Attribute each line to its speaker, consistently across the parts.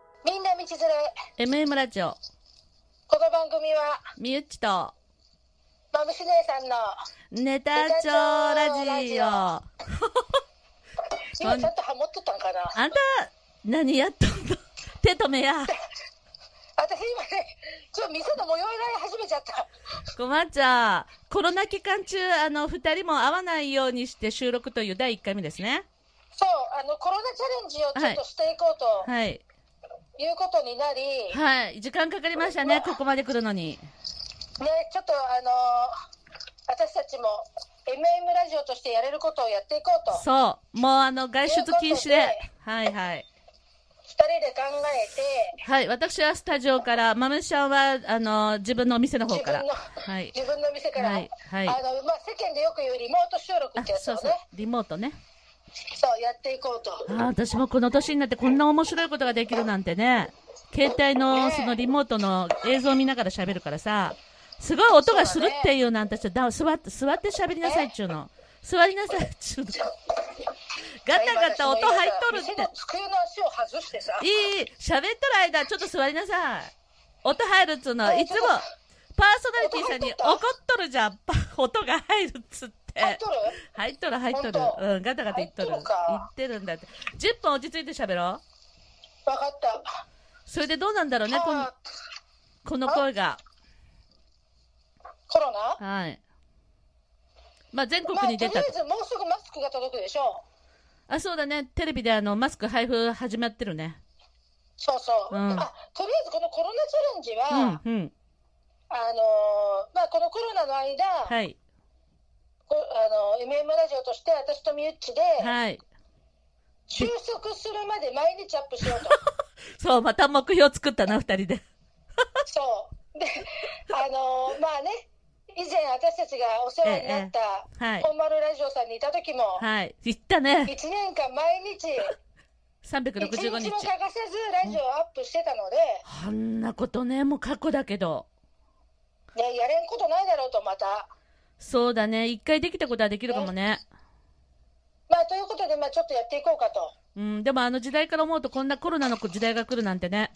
Speaker 1: 道連れ
Speaker 2: MM ラジオ
Speaker 1: この番組は
Speaker 2: みゆっちと
Speaker 1: まむし姉さんの
Speaker 2: ネタ帳ラジオあ
Speaker 1: 今ちゃんとハモっとったんかなん
Speaker 2: た何やっとんの 手止めや
Speaker 1: 私今ねちょっと店の模様替え始めちゃった
Speaker 2: ごまちゃんコロナ期間中あの2人も会わないようにして収録という第1回目ですね
Speaker 1: そうあのコロナチャレンジをちょっとしていこうと
Speaker 2: はい
Speaker 1: いうことになり、
Speaker 2: はい時間かかりましたねここまで来るのに
Speaker 1: ねちょっとあのー私たちも MM ラジオとしてやれることをやっていこうと
Speaker 2: そうもうあの外出禁止で
Speaker 1: というこ
Speaker 2: はいはい
Speaker 1: 2人で考えて
Speaker 2: はい私はスタジオからまむしゃんはあの自分のお店の方
Speaker 1: 自
Speaker 2: か
Speaker 1: 分
Speaker 2: ら
Speaker 1: の、
Speaker 2: はい
Speaker 1: 自分の店から、
Speaker 2: はいはい
Speaker 1: あのまあ、世間でよく言うリモート収録
Speaker 2: あ
Speaker 1: ってやつ
Speaker 2: そ
Speaker 1: を
Speaker 2: う
Speaker 1: ね
Speaker 2: そうリモートね
Speaker 1: そうやっていこうと
Speaker 2: あー私もこの年になってこんな面白いことができるなんてね携帯の
Speaker 1: ねえ
Speaker 2: そのリモートの映像を見ながら喋るからさすごい音がするっていうなんてちょっとだ座って座って喋りなさいっちゅうの座りなさいっちゅう のガタガタ音入っとるっ
Speaker 1: 今私も今さ店の
Speaker 2: て
Speaker 1: 机の足を外してさ
Speaker 2: いい喋っとる間ちょっと座りなさい音入るっつうの
Speaker 1: え
Speaker 2: いつもパーソナリティさんに
Speaker 1: 音入っ
Speaker 2: 怒
Speaker 1: と
Speaker 2: っ
Speaker 1: っ
Speaker 2: とるじゃんパ 音が入るっつって
Speaker 1: 入っとる
Speaker 2: 入っとる入っとる
Speaker 1: 本当
Speaker 2: うんガタガタ言っとる
Speaker 1: 入
Speaker 2: 言
Speaker 1: っとるか
Speaker 2: ってるんだって10分落ち着いて喋ろう
Speaker 1: 分かった
Speaker 2: それでどうなんだろうね、この
Speaker 1: あ
Speaker 2: この声が。
Speaker 1: コロナ
Speaker 2: はい。まあ、全国
Speaker 1: まあ、と
Speaker 2: に
Speaker 1: りあ
Speaker 2: 出たと
Speaker 1: え。ずもうすぐマスクが届くでしょう
Speaker 2: あ、そうだね。テレビであの、マスク配布始まってるね。
Speaker 1: そうそう、
Speaker 2: うん
Speaker 1: あとりあえずこのコロナチャレンジは、
Speaker 2: うん、うん。
Speaker 1: あのーまあ、このコロナの間、
Speaker 2: はい。
Speaker 1: こあの MM ラジオとして私とみゆっちで、
Speaker 2: はい。
Speaker 1: 収束するまで毎日アップしよう と
Speaker 2: そう、また目標作ったな、二人で。
Speaker 1: そうであのーまあね以前私たちがお世話になった、
Speaker 2: はい。
Speaker 1: 本丸ラジオさんにいた時も、
Speaker 2: はい。行ったね。
Speaker 1: 1年間毎日1
Speaker 2: 365
Speaker 1: 日
Speaker 2: 日
Speaker 1: も。欠かさずラジオをアップしてたので、
Speaker 2: あんなことね、もう過去だけど。
Speaker 1: ね、やれんことないだろうとまた。
Speaker 2: そうだね。一回できたことはできるかもね。
Speaker 1: まあ、ということで、まあ、ちょっとやっていこうかと。
Speaker 2: うん、でもあの時代から思うとこんなコロナの時代が来るなんてね。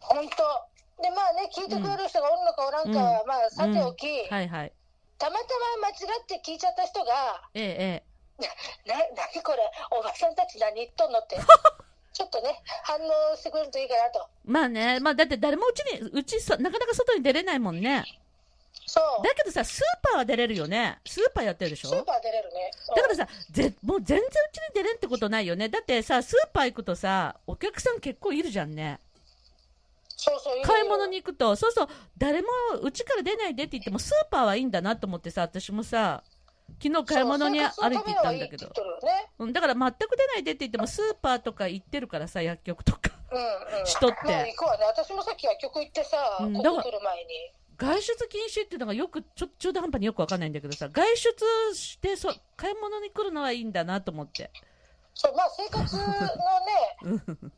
Speaker 1: 本当でまあね聞いてくれる人がおるのかおらんかは、まあさておき、
Speaker 2: はいはい。
Speaker 1: たまたま間違って聞いちゃった人が
Speaker 2: ええ、え
Speaker 1: 「な何これおばさんたち何言っとんの?」って ちょっとね反応してくれるといいかなと
Speaker 2: え。まあね、まあだって誰もうちに、うちそ、なかなか外に出れないもんね。
Speaker 1: そう
Speaker 2: だけどさ、スーパーは出れるよね。スーパーやってるでしょ
Speaker 1: スー
Speaker 2: だ
Speaker 1: パー出れるね
Speaker 2: からさ、ぜ、もう全然うちに出れんってことないよね。だってさ、スーパー行くとさ、お客さん結構いるじゃんね。
Speaker 1: そうそういる
Speaker 2: 買い物に行くと、そうそう、誰もうちから出ないでって言っても、スーパーはいいんだなと思ってさ、私もさ、昨日買い物に
Speaker 1: そう
Speaker 2: 歩いて行ったんだけ
Speaker 1: 生
Speaker 2: ど
Speaker 1: 活。のためはいいって
Speaker 2: うん、だから全く出ないでって言っても、スーパーとか行ってるからさ、薬局とか。
Speaker 1: 言っとるねうんうん、
Speaker 2: 人って
Speaker 1: まあ行くわね私もさっきは曲行ってさ、
Speaker 2: うん
Speaker 1: こ
Speaker 2: だ
Speaker 1: こ
Speaker 2: から
Speaker 1: 来る前に
Speaker 2: 外出禁止っていうのがよく、ちょ、中途半端によくわかんないんだけどさ、外出して、そう、買い物に来るのはいいんだなと思って。
Speaker 1: そうまあ生活のね
Speaker 2: うん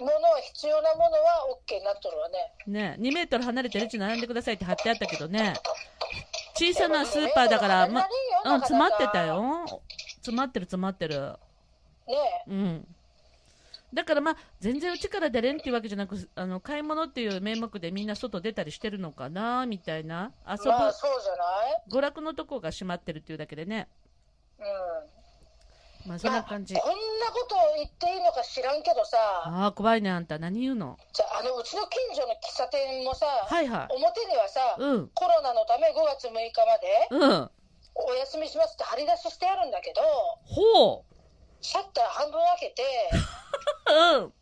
Speaker 1: もの必要なものは OK になっとるわね
Speaker 2: ね、2メートル離れて列に並んでくださいって貼ってあったけどね、小さなスーパーだから、ま、うん、詰まってた。よ。詰まってる、詰まってる。
Speaker 1: ねえ
Speaker 2: うん。だからまあ、全然うちから出れんっていうわけじゃなく、あの、買い物っていう名目でみんな外出たりしてるのかな、みたいな。遊ぶ、
Speaker 1: まあそうじゃない
Speaker 2: 娯楽のとこが閉まってるっていうだけでね。
Speaker 1: うん。
Speaker 2: まあ、そんな感じ。
Speaker 1: まあ
Speaker 2: あ
Speaker 1: こんなこと言っていいのか知らんけどさ、
Speaker 2: あー、怖いね、あんた。何言うの
Speaker 1: じゃあ、あの、うちの近所の喫茶店もさ、
Speaker 2: はいはい。
Speaker 1: 表にはさ、
Speaker 2: うん。
Speaker 1: コロナのため5月6日まで
Speaker 2: うん。
Speaker 1: お休みしますって張り出ししてあるんだけど、
Speaker 2: ほう。
Speaker 1: シャッター半分開けて、
Speaker 2: うん。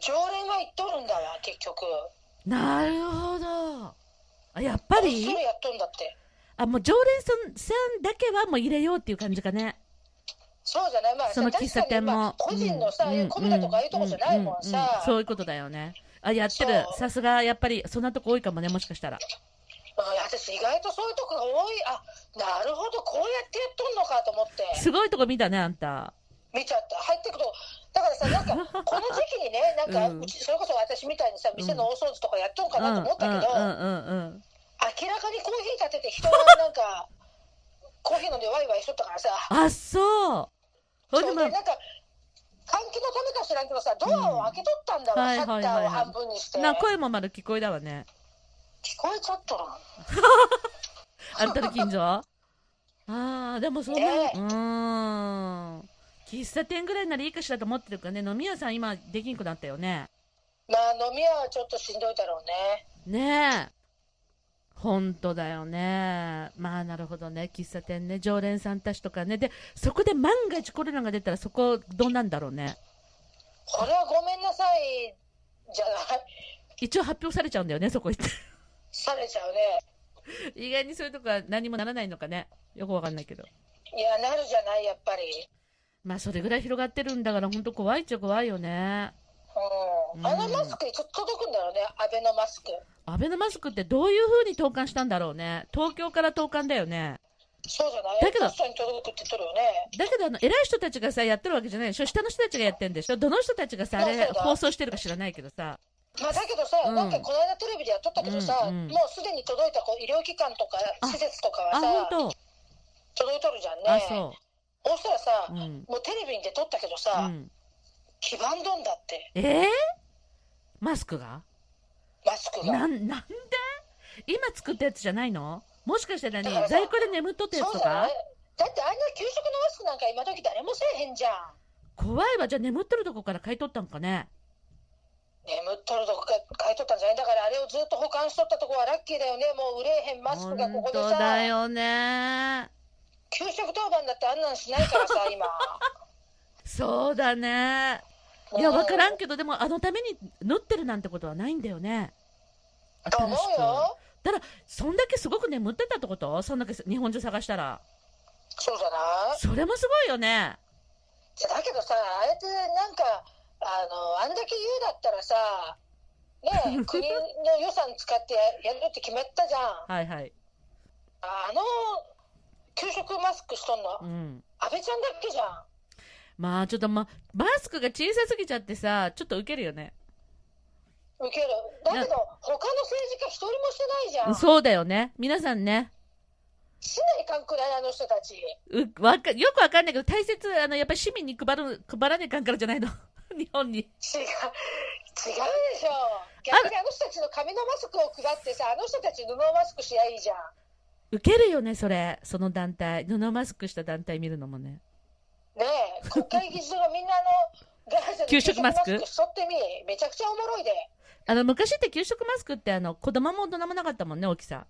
Speaker 1: 常連は行っとるんだわ、結局。
Speaker 2: なるほど。あ、やっぱり
Speaker 1: それやっとんだって。
Speaker 2: あ、もう常連さんさんだけはもう入れようっていう感じかね。
Speaker 1: そうじゃない、まあ、
Speaker 2: その喫茶店も。
Speaker 1: 確かにまあ個人のさ、
Speaker 2: うん
Speaker 1: コメダとかああいうとこじゃないもん
Speaker 2: うううう
Speaker 1: さ、
Speaker 2: そういうことだよね。あ、やってる
Speaker 1: そ。う
Speaker 2: さすが、やっぱり、そんなとこ多いかもね、もしかしたら。
Speaker 1: うん私意外とそういうとこが多い、あ、なるほど、こうやってやっとんのかと思って。
Speaker 2: すごいとこ見たね、あんた。
Speaker 1: 見ちゃった入ってくとだからさなんか この時期にねなんか、
Speaker 2: うん
Speaker 1: うちそれこそ私みたいにさ店の大掃除とかやっとるかなと思ったけど、
Speaker 2: うん、うん、うん、うん。
Speaker 1: 明らかにコーヒー立てて人がなんかコーヒー飲んでワイワイしとったからさ
Speaker 2: あ、そう。
Speaker 1: そ
Speaker 2: ほんで
Speaker 1: う
Speaker 2: ま
Speaker 1: で
Speaker 2: あ
Speaker 1: なんか換気のためか知らんけどさ、ドアを開けとったんだわ、
Speaker 2: うん
Speaker 1: シャッターを半分にして。
Speaker 2: な声もまだ聞こえだわね。
Speaker 1: 聞こえちゃったの。
Speaker 2: 歩たる近所 ああ、でもそんな、
Speaker 1: ねえ
Speaker 2: うーん。喫茶店ぐらいならいいかしらと思ってるからね、飲み屋さん今できんくなったよね。
Speaker 1: まあ、飲み屋はちょっとしんどいだろうね。
Speaker 2: ねえ。本当だよね。まあなるほどね。喫茶店ね。常連さんたちとかね。で、そこで万が一コロナが出たらそこどうなんだろうね。
Speaker 1: これはごめんなさい、じゃない。
Speaker 2: 一応発表されちゃうんだよね、そこ行って。
Speaker 1: されちゃうね。
Speaker 2: 意外にそういうとこは何もならないのかね。よくわかんないけど。
Speaker 1: いや、なるじゃない、やっぱり。
Speaker 2: まあそれぐらい広がってるんだから本当怖いっちゃ怖いよね。
Speaker 1: う
Speaker 2: うん
Speaker 1: ん。あのマスクにちょっと届くんだろうね、アベノマスク。
Speaker 2: アベノマスクってどういう風に投函したんだろうね。東京から投函だよね。
Speaker 1: そうじゃない
Speaker 2: だけど
Speaker 1: ポストに届くって言っとるよね。
Speaker 2: だけどあの偉い人たちがさやってるわけじゃないでしょ下の人たちがやってるんでしょどの人たちがさあ
Speaker 1: そう
Speaker 2: れ
Speaker 1: そうだ
Speaker 2: 放送してるか知らないけどさ
Speaker 1: まあ、だけどさ、
Speaker 2: うん
Speaker 1: なんかこの間テレビでやっとったけどさ、
Speaker 2: うんうん
Speaker 1: もうすでに届いたこう医療機関とか
Speaker 2: あ
Speaker 1: 施設とかは
Speaker 2: あ本
Speaker 1: さ、
Speaker 2: 当、
Speaker 1: 届いとるじゃん
Speaker 2: あ
Speaker 1: ね。そ
Speaker 2: そ
Speaker 1: うしたらさ、
Speaker 2: ううん、
Speaker 1: もうテレビに出とったけど
Speaker 2: う
Speaker 1: さ、
Speaker 2: ん、
Speaker 1: 黄ばんどんだって、
Speaker 2: えー、マスクが
Speaker 1: マスク
Speaker 2: な
Speaker 1: が。
Speaker 2: んなんで今作ったやつじゃないのもしかしたら
Speaker 1: だから
Speaker 2: 何
Speaker 1: さ
Speaker 2: 在庫で眠っとったや
Speaker 1: そ
Speaker 2: つ
Speaker 1: う
Speaker 2: と
Speaker 1: じゃな
Speaker 2: か
Speaker 1: いだってあんな給食のマスクなんか今時誰もせえへんじゃん。
Speaker 2: 怖いわじゃあ眠っとるとこから買い取ったんかね
Speaker 1: 眠っとるとこか買い取ったんじゃないだからあれをずっと保管しとったとこはラッキーだよね。もう売れへんマスクがここで
Speaker 2: 本当
Speaker 1: さ、
Speaker 2: だよね
Speaker 1: 給食当番だってあんなんしないからさ、今。
Speaker 2: そうだね いや
Speaker 1: う
Speaker 2: 分からんけどでもあのために縫ってるなんてことはないんだよね
Speaker 1: と思
Speaker 2: 新し
Speaker 1: う
Speaker 2: く
Speaker 1: よ。
Speaker 2: そんだけすごく眠ってたってことそんだけ日本中探したら。
Speaker 1: そうじゃない
Speaker 2: それもすごいよね。
Speaker 1: いやだけどさ、あれってなんか、あの、あんだけ言うだったらさ、 ねえ、国の予算使ってややるって決めたじゃん。
Speaker 2: はいはい。
Speaker 1: あの、給食マスクしとんの、
Speaker 2: うん。
Speaker 1: 安倍ちゃんだっけじゃん。
Speaker 2: まあちょっとま、マスクが小さすぎちゃってさ、ちょっとウケるよね。
Speaker 1: 受ける。だけど、他の政治家一人もしてないじゃん。
Speaker 2: そうだよね。皆さんね。
Speaker 1: しないかんくらい、あの人たち。
Speaker 2: うわかよくわかんないけど、大切、あの、やっぱり市民に配る、配らねえかんからじゃないの。 日本に。
Speaker 1: 違う、違うでしょ。逆にあの人たちの紙のマスクを配ってさ、あの人たち布マスクしやいいじゃん。
Speaker 2: ウケるよね、それ。その団体。布マスクした団体見るのもね。
Speaker 1: ね え、国会議事堂のみんなあの、ガラスの
Speaker 2: 給食マスク
Speaker 1: しとってみ、めちゃくちゃおもろいで。
Speaker 2: あの、昔って給食マスクって、あの、子供も大人もなかったもんね、大きさ。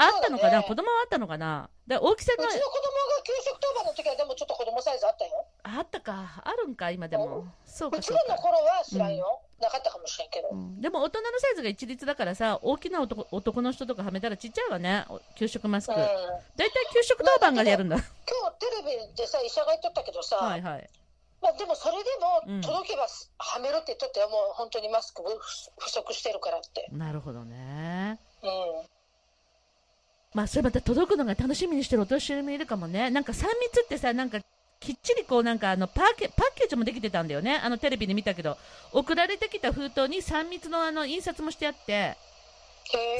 Speaker 2: あったのかな、
Speaker 1: そうだね
Speaker 2: 子供はあったのかなだから大きさ
Speaker 1: うちの
Speaker 2: が
Speaker 1: 子供が給食当番の時はでもちょっと子供サイズあったよ。
Speaker 2: あったか、あるんか、今でも。そう
Speaker 1: う
Speaker 2: か、
Speaker 1: ち
Speaker 2: そ
Speaker 1: ら
Speaker 2: う
Speaker 1: の
Speaker 2: か。
Speaker 1: 頃は知らんよ。なかったかもしれんけど
Speaker 2: う。ん、でも大人のサイズが一律だからさ、大きな男男の人とかはめたらちっちゃいわね、お給食マスク。
Speaker 1: うん。
Speaker 2: 大体、給食当番がやるんだ。
Speaker 1: 今日テレビでさ、医者が言っとったけどさ、
Speaker 2: はいはい。
Speaker 1: まあでもそれで
Speaker 2: うん
Speaker 1: も届けばすはめろって言っとったよ。もう本当にマスク不不足してるからって。
Speaker 2: なるほどね。
Speaker 1: うん。
Speaker 2: まあ、それまた届くのが楽しみにしてるお年寄りもいるかもね。なんか3密ってさ、なんかきっちりこうなんかあのパーケパッケージもできてたんだよね。あのテレビで見たけど、送られてきた封筒に3密のあの印刷もしてあって、
Speaker 1: へ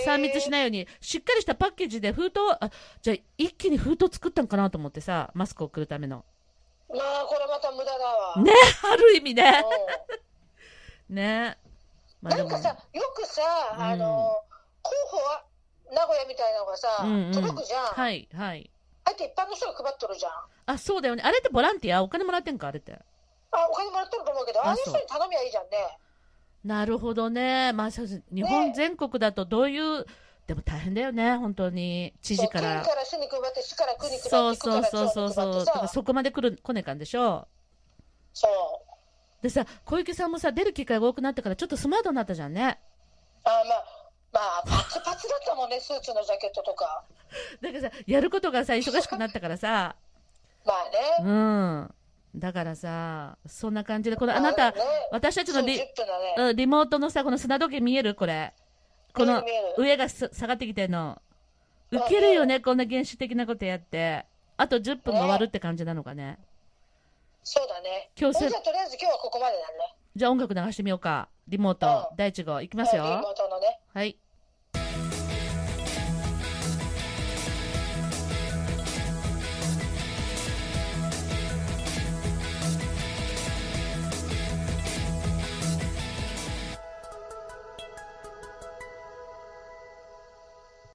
Speaker 1: え
Speaker 2: 3密しないように、しっかりしたパッケージで封筒を、あ、じゃあ一気に封筒作ったんかなと思ってさ、マスクを送るための。
Speaker 1: まあこれまた無駄だわ。
Speaker 2: ねある意味ね。
Speaker 1: うん
Speaker 2: ね ま
Speaker 1: な
Speaker 2: あで
Speaker 1: ん
Speaker 2: も
Speaker 1: か、さ、よくさ、
Speaker 2: うん
Speaker 1: あの、候補は名古屋みたいなのがさ、
Speaker 2: うんうん
Speaker 1: 届くじゃん。あ
Speaker 2: はい、はい。
Speaker 1: えて一般の人が配っとるじゃん。
Speaker 2: あ、そうだよね。あれってボランティアお金もらってんか、あれって。
Speaker 1: あ、お金もらっとると思うけど、
Speaker 2: あ
Speaker 1: ああいう人に頼みゃいいじゃんね。
Speaker 2: なるほどね。まあ、そうです日本全国だとどういう、でも大変だよね、本当に。知
Speaker 1: そう
Speaker 2: 事か
Speaker 1: 県
Speaker 2: ら
Speaker 1: か。ら市に配って、市から区に配って、
Speaker 2: そうそうそうそう
Speaker 1: 区から
Speaker 2: そう。
Speaker 1: 町に
Speaker 2: だ
Speaker 1: 配
Speaker 2: から
Speaker 1: ってさ。
Speaker 2: そこまで来る、来ねえかんでしょ
Speaker 1: そう。
Speaker 2: う。でさ、小池さんもさ、出る機会が多くなったから、ちょっとスマートになったじゃんね。
Speaker 1: あまあ、まあ、パツパツだったもんね、スーツのジャケットとか。
Speaker 2: だからさ、やることがさ、忙しくなったからさ、
Speaker 1: まあね。
Speaker 2: うん。だからさ、そんな感じで、このあなた、
Speaker 1: ね、
Speaker 2: 私たち
Speaker 1: そ
Speaker 2: の
Speaker 1: う10
Speaker 2: リ、
Speaker 1: 分だね。
Speaker 2: うん、リモートのさ、この砂時計見えるこれ。この
Speaker 1: 見える見える
Speaker 2: 上がす下がってきてんの。
Speaker 1: う
Speaker 2: ウ
Speaker 1: ん
Speaker 2: ケるよね、こんな原始的なことやって。あと10分が終わるって感じなのかね。
Speaker 1: そうだね。
Speaker 2: 今
Speaker 1: 今日
Speaker 2: 日せ
Speaker 1: じゃあとりあえず今日はここまでだね。
Speaker 2: じゃあ音楽流してみようか。リモート、
Speaker 1: うん
Speaker 2: 第1号、いきます
Speaker 1: はいリ
Speaker 2: よ。
Speaker 1: モートのね。
Speaker 2: はい。